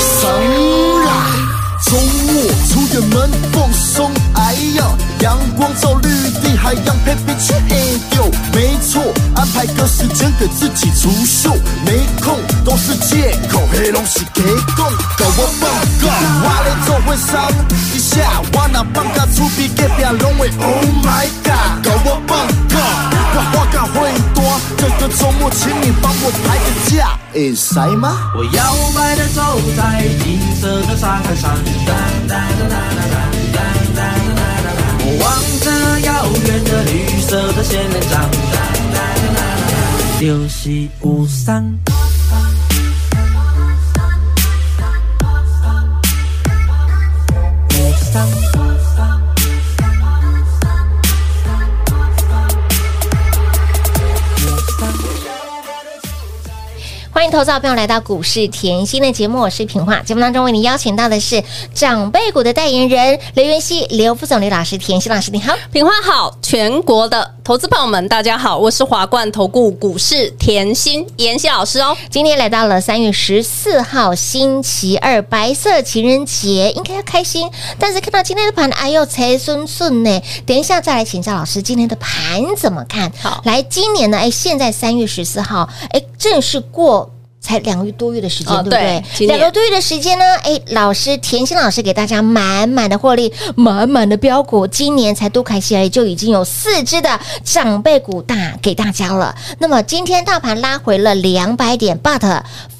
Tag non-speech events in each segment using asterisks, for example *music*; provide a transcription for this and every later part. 神啦！周末出远门放松，哎呀，阳光照绿地，海洋陪陪去哎呦，没错，安排个时间给自己除锈，没空都是借口，黑龙是给供，搞我放假，我来做婚丧一下，我那放假出比隔壁拢会，Oh my god，搞我放假，我花假会多，这个周末请你帮我排个假，哎，塞吗？我摇摆的走在金色的沙滩上，哒哒哒哒哒哒哒哒哒哒哒。我望着遥远的绿色的仙人掌，哒哒哒哒哒。六七五三。五三欢迎投资者朋友来到股市甜心的节目，我是平化。节目当中为您邀请到的是长辈股的代言人刘元熙、刘副总、刘老师、甜心老师，你好。品花好，全国的投资朋友们，大家好，我是华冠投顾股市甜心妍希老师哦。今天来到了三月十四号星期二，白色情人节，应该要开心。但是看到今天的盘，哎呦，才顺顺呢。等一下再来请教老师今天的盘怎么看？好来今年呢，哎，现在三月十四号，哎，正式过。才两个多月的时间，哦对不对对？今年两个多月的时间呢，哎，老师甜心老师给大家满满的获利，满满的标股，今年才多开始而已，就已经有四只的长辈股大给大家了。那么今天大盘拉回了两百点，but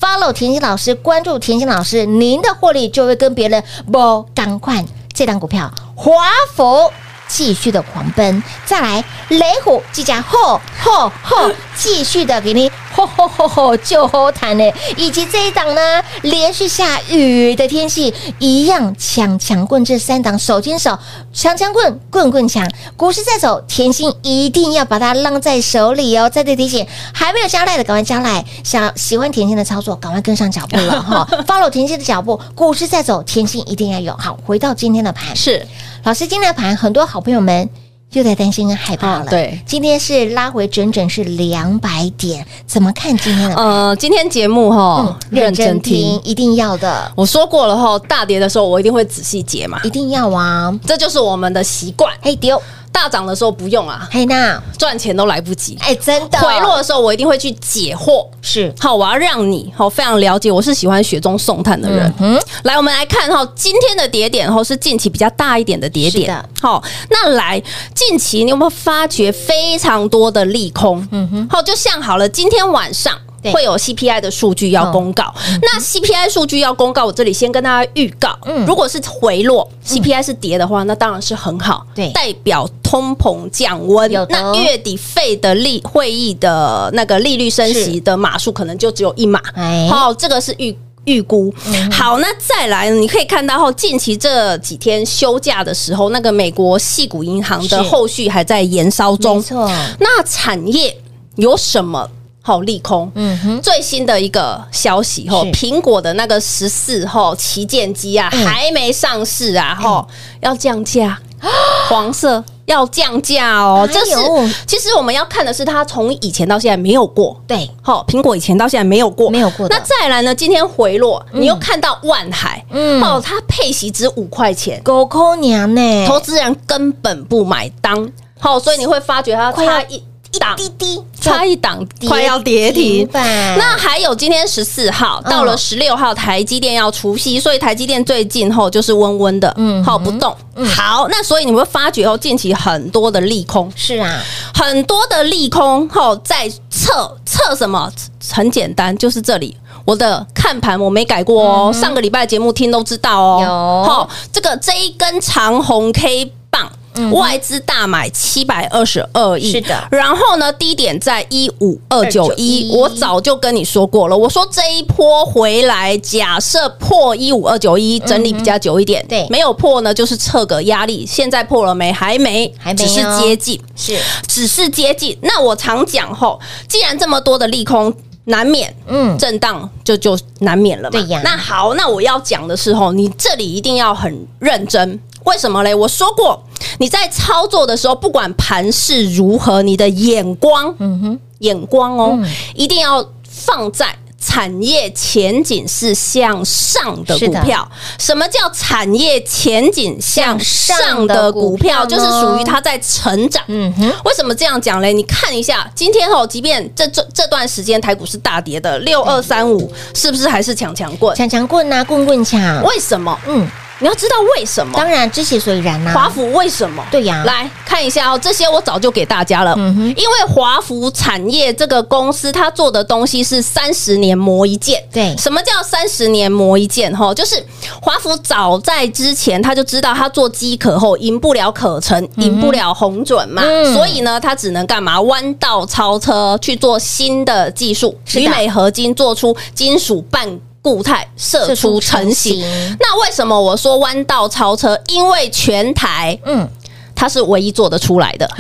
follow 甜心老师，关注甜心老师，您的获利就会跟别人不赶快。这档股票华孚。继续的狂奔，再来雷虎即将吼吼吼，继续的给你吼吼吼吼就吼弹呢，以及这一档呢，连续下雨的天气一样抢抢棍，这三档手牵手，强强棍，棍棍强，股市在走，甜心一定要把它浪在手里哦。再次提醒，还没有加赖的赶快加赖，想喜欢甜心的操作，赶快跟上脚步了哈，follow 甜心的脚步，股市在走，甜心一定要有。好，回到今天的盘是老师今天的盘，很多好朋友们又在担心跟害怕了。啊对，今天是拉回整整是两百点，怎么看今天的盘？呃，今天节目哈、嗯哦认真听，一定要的，我说过了哈，大跌的时候我一定会仔细解嘛，一定要啊！这就是我们的习惯。嘿丢，大涨的时候不用啊，嘿娜，赚钱都来不及。哎，真的回落的时候我一定会去解惑。是好，我要让你好非常了解，我是喜欢雪中送炭的人。嗯哼来，我们来看哈，今天的跌点哈是近期比较大一点的跌是点的。好，那来近期你有没有发觉非常多的利空？嗯哼，好，就像好了，今天晚上。对会有 CPI 的数据要公告，那 CPI 数据要公告，我这里先跟大家预告，嗯如果是回落，CPI 是跌的话，那当然是很好，对代表通膨降温有。的哦那月底费的利会议的那个利率升息的码数，可能就只有一码，哎嗯好，这个是预。预估好，那再来，你可以看到后哦近期这几天休假的时候，那个美国系股银行的是后续还在延烧没中。错，那产业有什么好利空？嗯哼，最新的一个消息吼是，苹果的那个十四吼旗舰机啊，嗯还没上市啊，吼要降价， *gasps* 黄色要降价哦。哎这是呦其实我们要看的是它从以前到现在没有过。对，好，苹果以前到现在没有过，没有过的那再来呢？今天回落，你又看到万海，嗯哦，它配息只五块钱，狗抠娘呢，投资人根本不买单。好，所以你会发觉它快要差一一档滴滴差一档跌快要跌停停。板，那还有今天十四号嗯到了十六号，台积电要除息，所以台积电最近后就是温温的，嗯哼嗯，好不动。好，那所以你会发觉哦，近期很多的利空，是啊，很多的利空后在测测什么？很简单，就是这里。我的看盘我没改过哦，上个礼拜节目听都知道哦。嗯有吼这个这一根长红 K 棒，外资大买七百二十二亿，嗯是的然后呢，低点在一五二九一， 15291我早就跟你说过了，我说这一波回来，假设破一五二九一，整理比较久一点，嗯对没有破呢，就是测个压力。现在破了没？还没，还没只是哦接近。是只是接近。那我常讲吼，既然这么多的利空，难免嗯震荡就就难免了嘛。对呀那好，那我要讲的是吼，你这里一定要很认真。为什么嘞？我说过，你在操作的时候，不管盘势如何，你的眼光，嗯哼，眼光哦，嗯一定要放在。产业前景是向上的是股的票，什么叫产业前景向向上上的的股股票？票就是呢属于它在成长，嗯哼，为什么这样讲嘞？你看一下，今天哦，即便这这这段时间台股是大跌的，六二三五是不是还是强强棍？嗯强强棍呐、棍棍强，为什么？嗯，你要知道为什么？当然知其所以然啊呐、华府为什么？对呀来看一下哦，这些我早就给大家了。嗯哼因为华府产业这个公司，它做的东西是三十年磨一剑。对什么叫三十年磨一剑？哈，就是华府早在之前他就知道，他做机壳后赢不了可成，赢不了红准嘛，嗯所以呢，他只能干嘛弯道超车去做新的技术，是的铝镁合金做出金属半。固态射射出出成成型型，那为什么我说弯道超车？因为全台嗯，它是唯一做得出来的，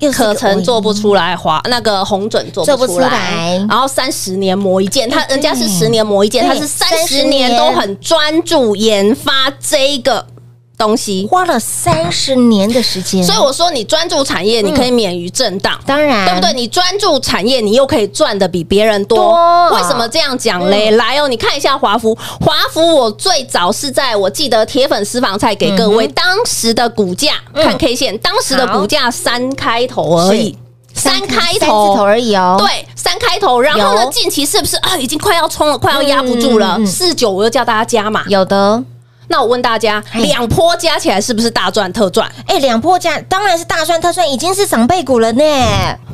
又是个可成做不出来，华那个红准做做不不出出来来，哎然后三十年磨一剑，他对人家是十年磨一剑，对他是三十年30都很专注研发这一个东西，花了三十年的时间，所以我说你专注产业，你可以免于震荡。当然对不对？？你专注产业，你又可以赚的比别人嗯多。多啊嗯为什么这样讲嘞？来哦，你看一下华孚，华孚我最早是在我记得铁粉私房菜给各嗯位、当时的股价，看 K 线，当时的股价三开头而已，三三开字头头。而已哦。，对，三开头，然后呢？有近期是不是啊，已经快要冲了，快要压不住了嗯嗯？嗯四九，我又叫大家加码。有的，那我问大家，哎两波加起来是不是大赚特赚？哎，两破价当然是大蒜特蒜，已经是长辈股了呢，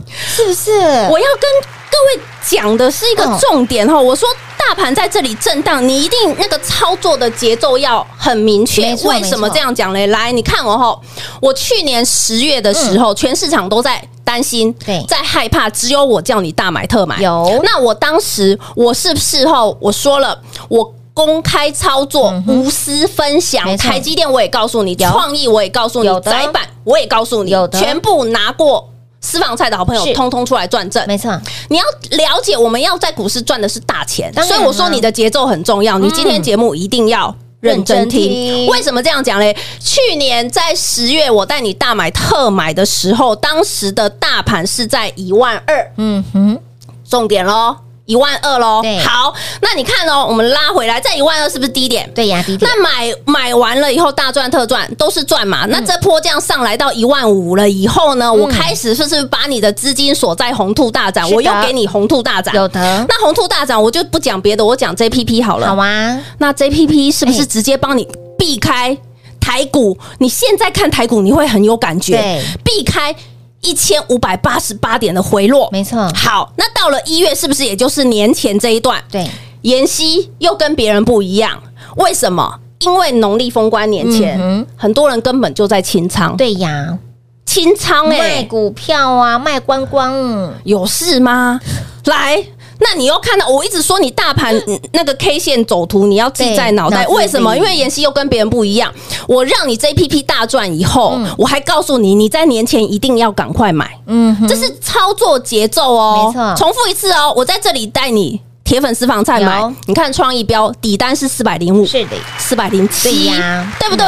是不是？嗯我要跟各位讲的是一个重点哈、我说大盘在这里震荡，你一定那个操作的节奏要很明确没。错为什么没错这样讲嘞？来，你看我哈，我去年十月的时候，全市场都在。担心，嗯对在害怕，只有我叫你大买特买。有那我当时我是事后我说了，我公开操作，无私分享。嗯没错台积电我也告诉你，有创意我也告诉你，有的窄板我也告诉你，有的全部拿过私房菜的好朋友，是通通出来转正。没错，你要了解，我们要在股市赚的是大钱，当然所啊嗯以我说你的节奏很重要。你今天节目一定要。认真认听真听为什么这样讲嘞？去年在十月我带你大买特买的时候，当时的大盘是在一万二，嗯哼，重点喽，一万二喽对。好，那你看哦，我们拉回来，在一万二是不是低点？对呀，弟弟，那买买完了以后大赚特赚都是赚嗯嘛？那这波这样上来到一万五了以后呢，我开始就是把你的资金锁在红兔大涨，是的我又给你红兔大涨。有的那红兔大涨，我就不讲别的，我讲 JPP 好了。好啊，那 JPP 是不是哎直接帮你避开台股？你现在看台股，你会很有感觉对，避开一千五百八十八点的回落。没错，好，那到了一月，是不是也就是年前这一段？对，妍希又跟别人不一样，为什么？因为农历封关年前，嗯很多人根本就在清仓，，对呀，清仓哎、卖股票啊，卖光光，有事吗？来。那你又看到，我一直说你大盘嗯那个 K 线走图，你要记在脑对袋。脑子里为什么？因为妍希又跟别人不一样。我让你 JPP 大赚以后，我还告诉你，你在年前一定要赶快买。嗯哼，这是操作节奏没哦，错重复一次哦，我在这里带你铁粉私房菜买有，你看创意标底单是四百零五，是的，四百零对七，呀嗯对不对？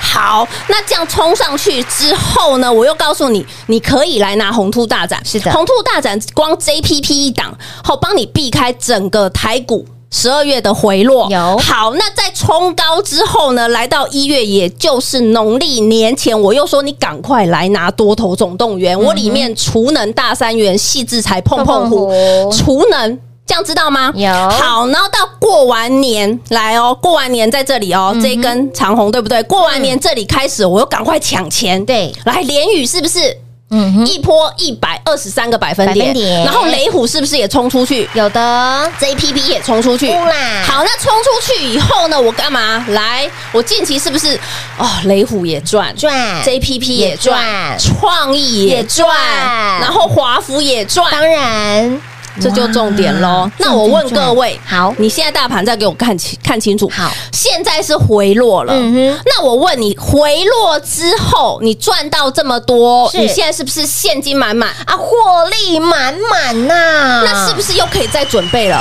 好，那这样冲上去之后呢，我又告诉你，你可以来拿红兔大展，是的红兔大展光 JPP 一档，好帮你避开整个台股。十二月的回落有好，那在冲高之后呢，来到一月，也就是农历年前，我又说你赶快来拿多头总动嗯员，我里面储能大三元、细制裁、碰碰碰碰虎、虎储能，这样知道吗？有好，然后到过完年来哦，过完年在这里嗯哦，这一根长虹对不对？过完年这里开始，我又赶快抢钱。对来联宇是不是？嗯哼一波一百二十三个百分百点分，点然后雷虎是不是也冲出去？有的， JPP 也冲出去，呼啦好，那冲出去以后呢？我干嘛？来，我近期是不是哦？雷虎也赚赚，JPP 也也赚，赚创意也赚也赚，然后华福也赚，当然这就重点喽哇。那我问重点赚各位，好你现在大盘再给我看清看清楚，好，现在是回落了，嗯哼那我问你，回落之后你赚到这么多，是你现在是不是现金满满？啊，获利满满呐，那是不是是又可以再准备了？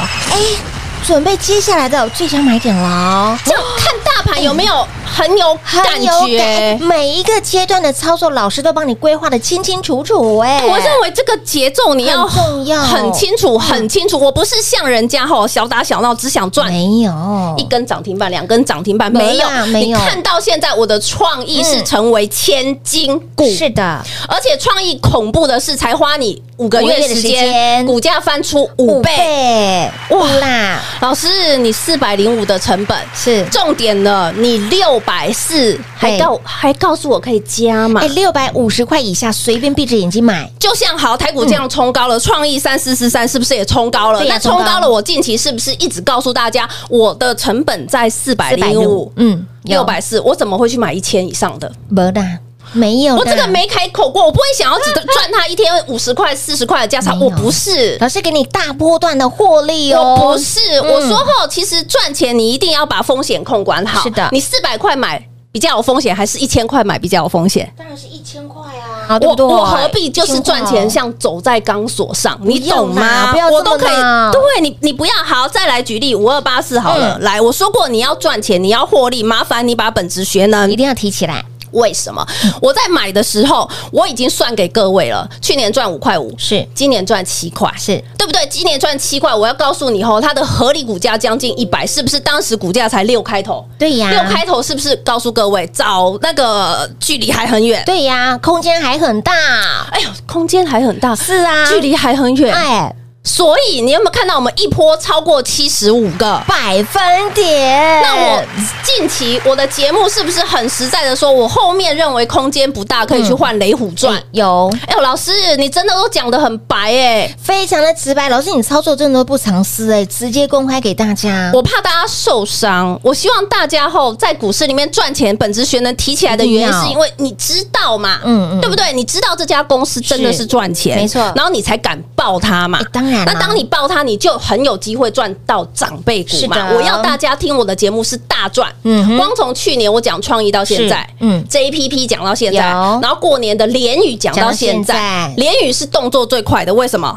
准备接下来的最佳买点哦喽？这样看大盘有没有很有感很有觉感，？嗯每一个阶段的操作，老师都帮你规划的清清楚楚、哎，我认为这个节奏你要很重要很清楚，很清楚。我不是像人家吼小打小闹，只想赚没有一根涨停板、两根涨停板，哦没没啦有。没你有看到现在我的创意是嗯成为千金股，是的，而且创意恐怖的是，才花你五个五个月月的时时间，间股价翻出五倍。倍哇啦，老师，你四百零五的成本是重点了，你六百四还对告还告诉我可以加嘛哎，？六百五十块以下随便闭着眼睛买，就像好台股这样冲高了，创意三四四三是不是也冲高了？对呀那冲冲高高了，我近期是不是一直告诉大家我的成本在四百零五405？嗯，六百四，我怎么会去买一千以上的？没啦，没有，我这个。没开口过，我不会想要只赚它一天五十块、四十块的价差，没有我不是。老师给你大波段的获利哦，我不是，我说后其实赚钱你一定要把风险控管好。是的你四百块买比较有风险，还是一千块买比较有风险？当然是一千块啊，好对我不对？我何必就是赚钱像像走在钢索上，你不要懂啦吗不要？这么我都可以闹，嗯对你你不要好，再来举例五二八四好了，来我说过你要赚钱，你要获利，麻烦你把本职学能一定要提起来，为什么？我在买的时候我已经算给各位了，去年赚五块五，是今年赚七块，是对不对？今年赚七块，我要告诉你哦，它的合理股价将近一百，是不是？当时股价才六开头，对啊呀，六开头是不是？告诉各位，找那个距离还很远。对呀，空间还很大，哎呦，空间还很大，是啊距离还很远。哎，所以你有没有看到我们一波超过七十五个？百分点。那我近期我的节目是不是很实在的说，我后面认为空间不大，可以去换雷虎传？哎有哎呦，老师，你真的都讲得很白哎、非常的直白，老师你操作真的都不藏私哎、直接公开给大家。我怕大家受伤，我希望大家后在股市里面赚钱，本职学能提起来的原一因定要是因为你知道嘛，嗯嗯嗯对不对？你知道这家公司真的是是赚钱，没错然后你才敢报它嘛哎。当然啦那当你报它，你就很有机会赚到长辈股是嘛的。我要大家听我的节目是大赚，嗯哼光从去年我讲创意到现在是，嗯，JPP 讲到现在，有然后过年的联宇讲讲到到现现在在，联宇是动作最快的，为什么？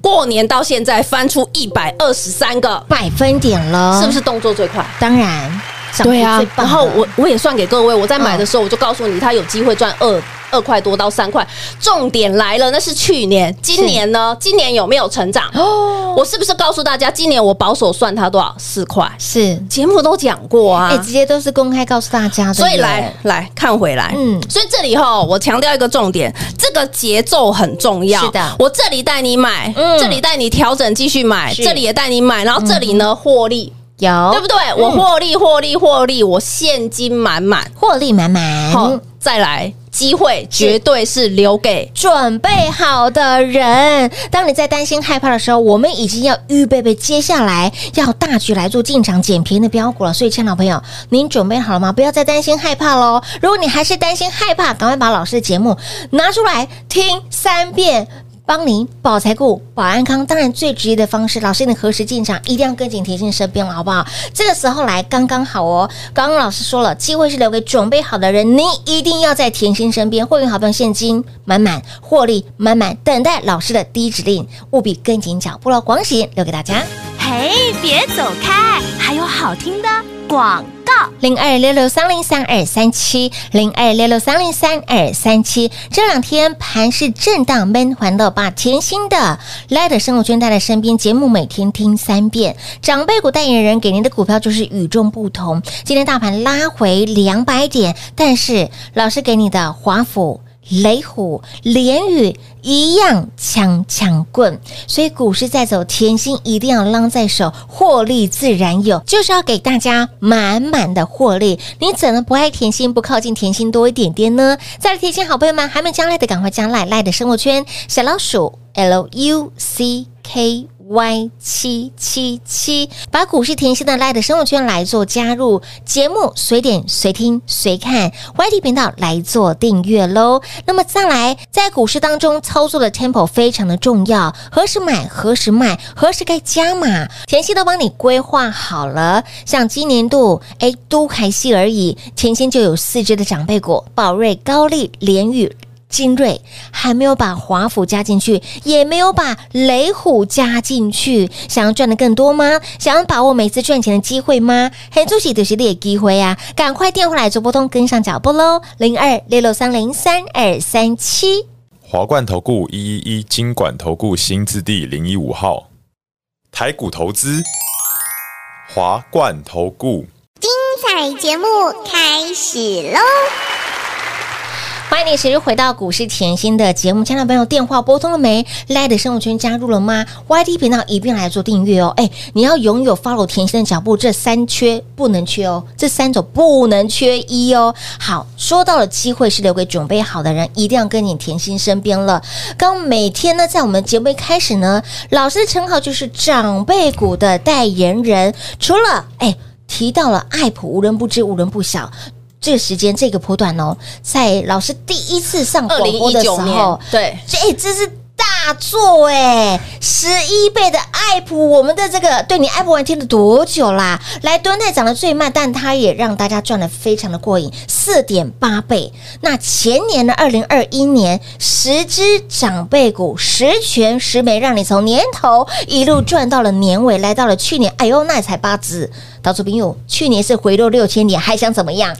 过年到现在翻出一百二十三个，百分点了，是不是？动作最快？当然，涨幅最棒了啊然后我我也算给各位，我在买的时候我就告诉你，它有机会赚嗯二二块多到三块。重点来了，那是去年，今年呢？今年有没有成长？哦我是不是告诉大家，今年我保守算它多少？四块。是节目都讲过啊哎、，直接都是公开告诉大家的耶，所以来来看回来，嗯嗯，所以这里哈，我强调一个重点，这个节奏很重要。是的我这里带你买，嗯这里带你调整继续买，是嗯这里也带你买，然后这里呢获利，有对不对？我获利，获利，获利，我现金满满。获利满满，好，再来，机会绝对是留给准备好的人，当你在担心害怕的时候，我们已经要预备备接下来要大举来做进场捡便宜的标股了。所以，亲爱的朋友，您准备好了吗？不要再担心害怕喽。如果你还是担心害怕，赶快把老师的节目拿出来听三遍。帮您保财库、保安康，当然最直接的方式，老师你何时进场，一定要跟紧贴近身边了，好不好？这个时候来刚刚好哦。刚刚老师说了，机会是留给准备好的人，您一定要在甜心身边，会员好朋友现金满满，获利满满，等待老师的第一指令，务必跟紧脚步了。广喜留给大家。嘿，别走开，还有好听的广告。零二六六三零三二三七，零二六六三零三二三七。这两天盘是震荡闷环的，把甜心的 Light 的生活圈带在身边，节目每天听三遍。长辈股代言人给您的股票就是与众不同。今天大盘拉回两百点，但是老师给你的华府。雷虎、联宇一样强强棍。所以股市在走，甜心一定要浪在手，获利自然有，就是要给大家满满的获利。你怎能不爱甜心，不靠近甜心多一点点呢？再来提醒好朋友们，还没加赖的赶快加赖，赖的生活圈小老鼠 L U C K。Y 七七七，把股市甜心的 Light 生活圈来做加入，节目随点随听随看，YT 频道来做订阅喽。那么再来，在股市当中操作的 tempo 非常的重要，何时买，何时卖，何时该加码，甜心都帮你规划好了。像今年度，哎，都开戏而已，甜心就有四只的长辈股，宝瑞、高丽、联宇。精锐还没有把华府加进去，也没有把雷虎加进去。想要赚的更多吗？想要把握每次赚钱的机会吗？很主席就是列机会啊！赶快电话来做波通，跟上脚步喽！零二六六三零三二三七。华冠投顾一一一金管投顾新字第零一五号，台股投资，华冠投顾。彩节目开始喽！欢迎你持续回到股市甜心的节目，亲爱的朋友，电话拨通了没？Light 的生活圈加入了吗？YT 频道一并来做订阅哦。哎，你要拥有 follow 甜心的脚步，这三缺不能缺哦，这三种不能缺一哦。好，说到了机会是留给准备好的人，一定要跟你甜心身边了。刚每天呢，在我们节目一开始呢，老师的称号就是长辈股的代言人，除了哎提到了爱普，无人不知，无人不晓。这个时间这个波段哦，在老师第一次上二广零播一的时九年候，，对，这哎这是大作哎，十一倍的爱普，我们的这个对你爱普玩听了多久啦？来敦泰涨得最慢，但它也让大家赚得非常的过瘾，四点八倍。那前年的二零二一年，十只长辈股十全十美，让你从年头一路赚到了年尾，来到了去年，哎呦那也才八只。导出朋友，去年是回落六千点，还想怎么样？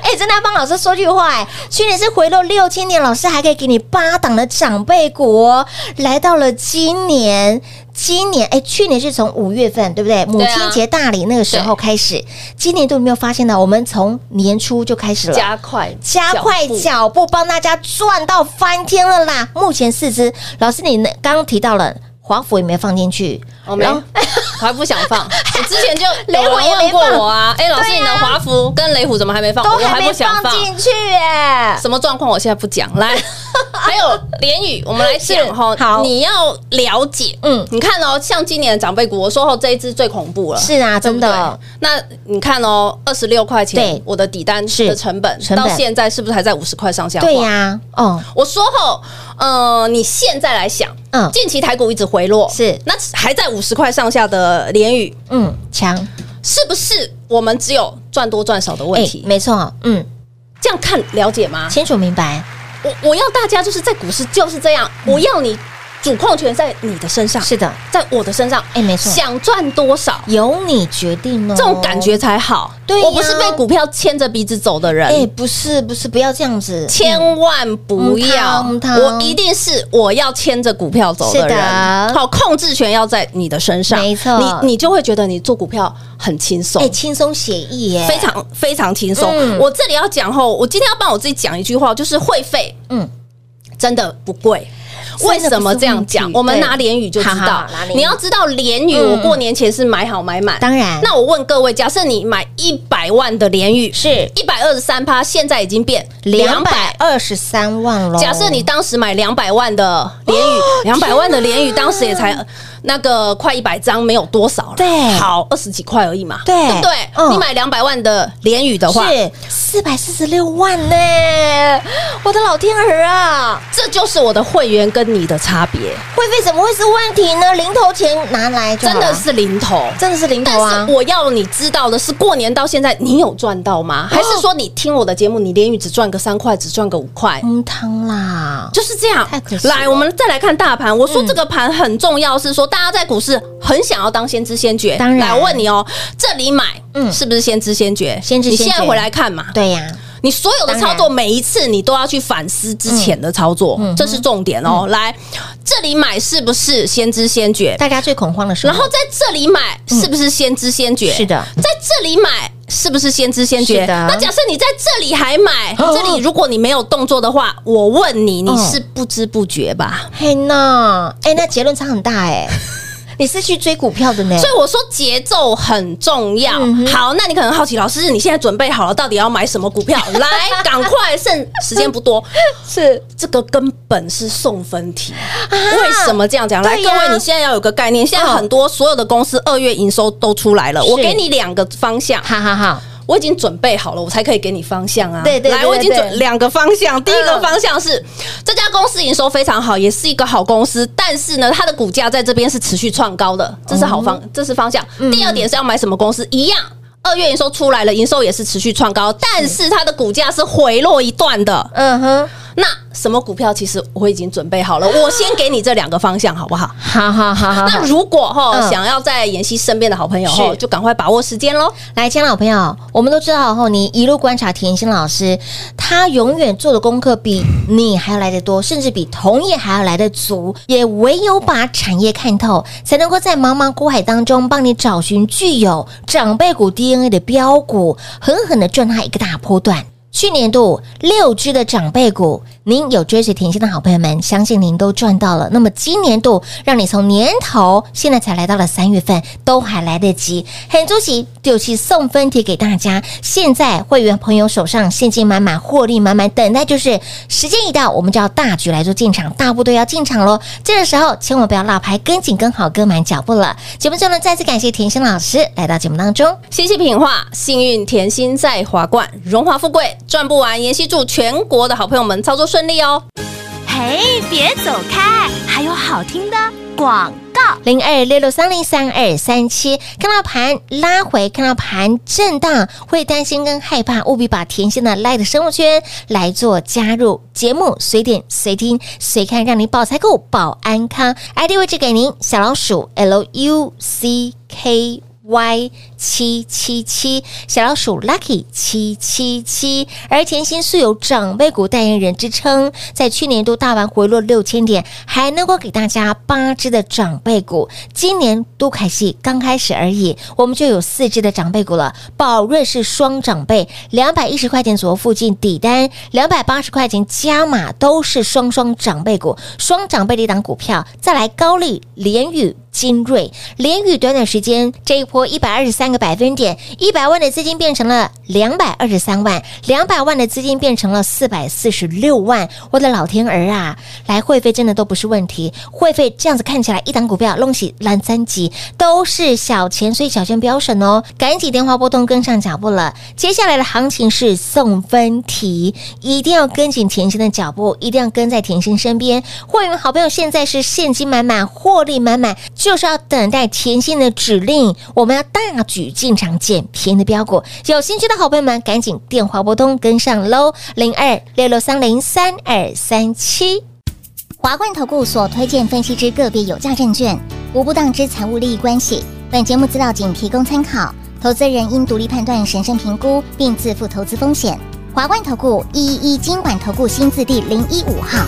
哎、真的要帮老师说句话哎、去年是回落六千点，老师还可以给你八档的长辈股、哦，来到了今年。今年哎、去年是从五月份对不对？母啊亲节大礼那个时候开始，今年都有没有发现呢？我们从年初就开始了，加快加快步脚步，帮大家赚到翻天了啦！目前四只，老师你那刚刚提到了华府也没放进去，我哦没，然后我还不想 *laughs* 放。我之前就雷有虎人也问没过放我 *laughs* 啊，哎，老师，对啊你的华服跟雷虎怎么还没放？都我还还没不想放放。进去耶。什么状况？我现在不讲。 *laughs* 来，还有联宇，我们来讲哈。好你要了解，嗯嗯，你看哦，像今年的长辈股，我说哦后这一只最恐怖了，是啊，对真不的。对。那你看哦，二十六块钱对，我的底单是的成本成本到现在是不是还在五十块上下？对。呀、哦，我说后，呃，你现在来想，嗯近期台股一直回落，是那还在五十块上下的联宇，嗯，强，是不是我们只有赚多赚少的问哎、题？没错，嗯，这样看了解吗？清楚明白，我我要大家就是在股市就是这样，我要你主控权在你的身上，是的，在我的身上，哎没错想赚多少。由你决定哦，这种感觉，才好，对呀我不是被股票牵着鼻子走的人，哎、不是不是，不要这样子，嗯千万不要，嗯嗯它我一定是我要牵着股票走的是人，的好，控制权要在你的身上，没错你你就会觉得你做股票很轻松，哎，轻松写意耶，非常非常轻松。嗯我这里要讲后，我今天要帮我自己讲一句话，就是会费，嗯嗯，真的不贵。真的为不是什么这样讲问？题我们对拿联宇就知好好道拿联宇，你要知道联宇，嗯我过年前是买好买满。当然那我问各位，假设你买一百万的联宇，是一百二十三趴，现在已经变两两百百。二十三万喽。假设你当时买两百万的联宇，哦两百万的联宇当时也才那个快一百张，没有多少了，对好二十几块而已嘛，对不对？嗯你买两百万的联宇的话，是四百四十六万呢、我的老天儿啊，这就是我的会员跟你的差别，会费怎么会是问题呢？零头钱拿来就真好的了是零头。啊真的是零头啊但是，嗯我要你知道的是，过年到现在你有赚到吗？还哦是说你听我的节目，你连雨只赚个三块，只赚个五块？红汤啦，就是这样太可，惜了来，我们再来看大盘。我说这个盘很重要，是说大家在股市很想要当先知先觉。当然来我问你哦，这里买，嗯是不是先知先觉？先知你先现觉在回来看嘛，对呀、你所有的当然嗯操作，每一次你都要去反思之前的操作，这是重点哦。来，这里买是不是先知先觉？大家最恐慌的时候，然后在这里买是不是先知先觉？嗯是的在这里买是不是先知先觉？是的哦那假设你在这里还买，这里如果你没有动作的话，我问你，嗯你是不知不觉吧？嘿呢，哎，那结论差很大 *laughs* 哎，你是去追股票的呢？所以我说节奏很重要。嗯好，那你可能好奇，老师，你现在准备好了，到底要买什么股票？来， *laughs* 赶快，剩时间 *laughs* 不多。是这个根本是送分题。为什么这样讲？来，啊对各呀位，你现在要有个概念，现在嗯很多所有的公司二月营收都出来了，是我给你两个方向。好好好，我已经准备好了，我才可以给你方向啊。对对对来，我已经对准两个方向。第一个方向是、这家公司营收非常好，也是一个好公司，但是呢，它的股价在这边是持续创高的，这是好方，嗯这是方向。第二点是要买什么公司？一样。二月营收出来了，营收也是持续创高，但是它的股价是回落一段的。嗯哼，那什么股票？其实我已经准备好了，我先给你这两个方向，好不好？好好好好好那。如果哈、嗯想要在妍希身边的好朋友哈，是就赶快把握时间喽。来，亲爱的老朋友，我们都知道后，你一路观察甜心老师，他永远做的功课比你还要来得多，甚至比同业还要来得足。也唯有把产业看透，才能够在茫茫股海当中帮你找寻具有长辈股 DNA 的标股，狠狠的赚它一个大波段。去年度六只的长辈股，您有追随甜心的好朋友们，相信您都赚到了。那么今年度，让你从年头现在才来到了三月份，都还来得及。很恭喜，就是送分题给大家。现在会员朋友手上现金满满，获利满满，等待就是时间一到，我们就要大举来做进场，大部队要进场喽。这个时候千万不要落拍，跟紧跟好跟满脚步了。节目最后呢，再次感谢甜心老师来到节目当中。谢谢品画，幸运甜心在华冠，荣华富贵赚不完。妍希祝全国的好朋友们操作顺利哦！嘿，别走开，还有好听的广告。零二六六三零三二三七。看到盘拉回，看到盘震荡，会担心跟害怕，务必把甜心的 Light 生物圈来做加入。节目随点随听随看，让您保财购保安康。ID 位置给您，小老鼠 Luck。Y 七七七，小老鼠 Lucky 七七七。而甜心素有长辈股代言人之称，在去年度大盘回落六千点，还能够给大家八只的长辈股。今年都凯系刚开始而已，我们就有四只的长辈股了。宝瑞是双长辈，两百一十块钱左右附近底单，两百八十块钱加码都是双双长辈股，双长辈的一档股票。再来高丽、联宇。精锐。连雨短短时间这一波一百二十三个百分点，一百万的资金变成了两百二十三万，两百万的资金变成了四百四十六万。我的老天儿啊！来会费真的都不是问题，会费这样子看起来一档股票弄起烂三级都是小钱，所以小钱不要省哦，赶紧电话拨通跟上脚步了。接下来的行情是送分题，一定要跟紧甜心的脚步，一定要跟在甜心身边。会员好朋友现在是现金满满，获利满满，就是要等待甜心的指令。我们要大举进场捡便宜的标股，有兴趣的好朋友们赶紧电话拨通跟上喽，零二六六三零三二三七。华冠投顾所推荐分析之个别有价证券，无不当之财务利益关系。本节目资料仅提供参考，投资人应独立判断、审慎评估，并自负投资风险。华冠投顾一一一金管投顾新字第零一五号。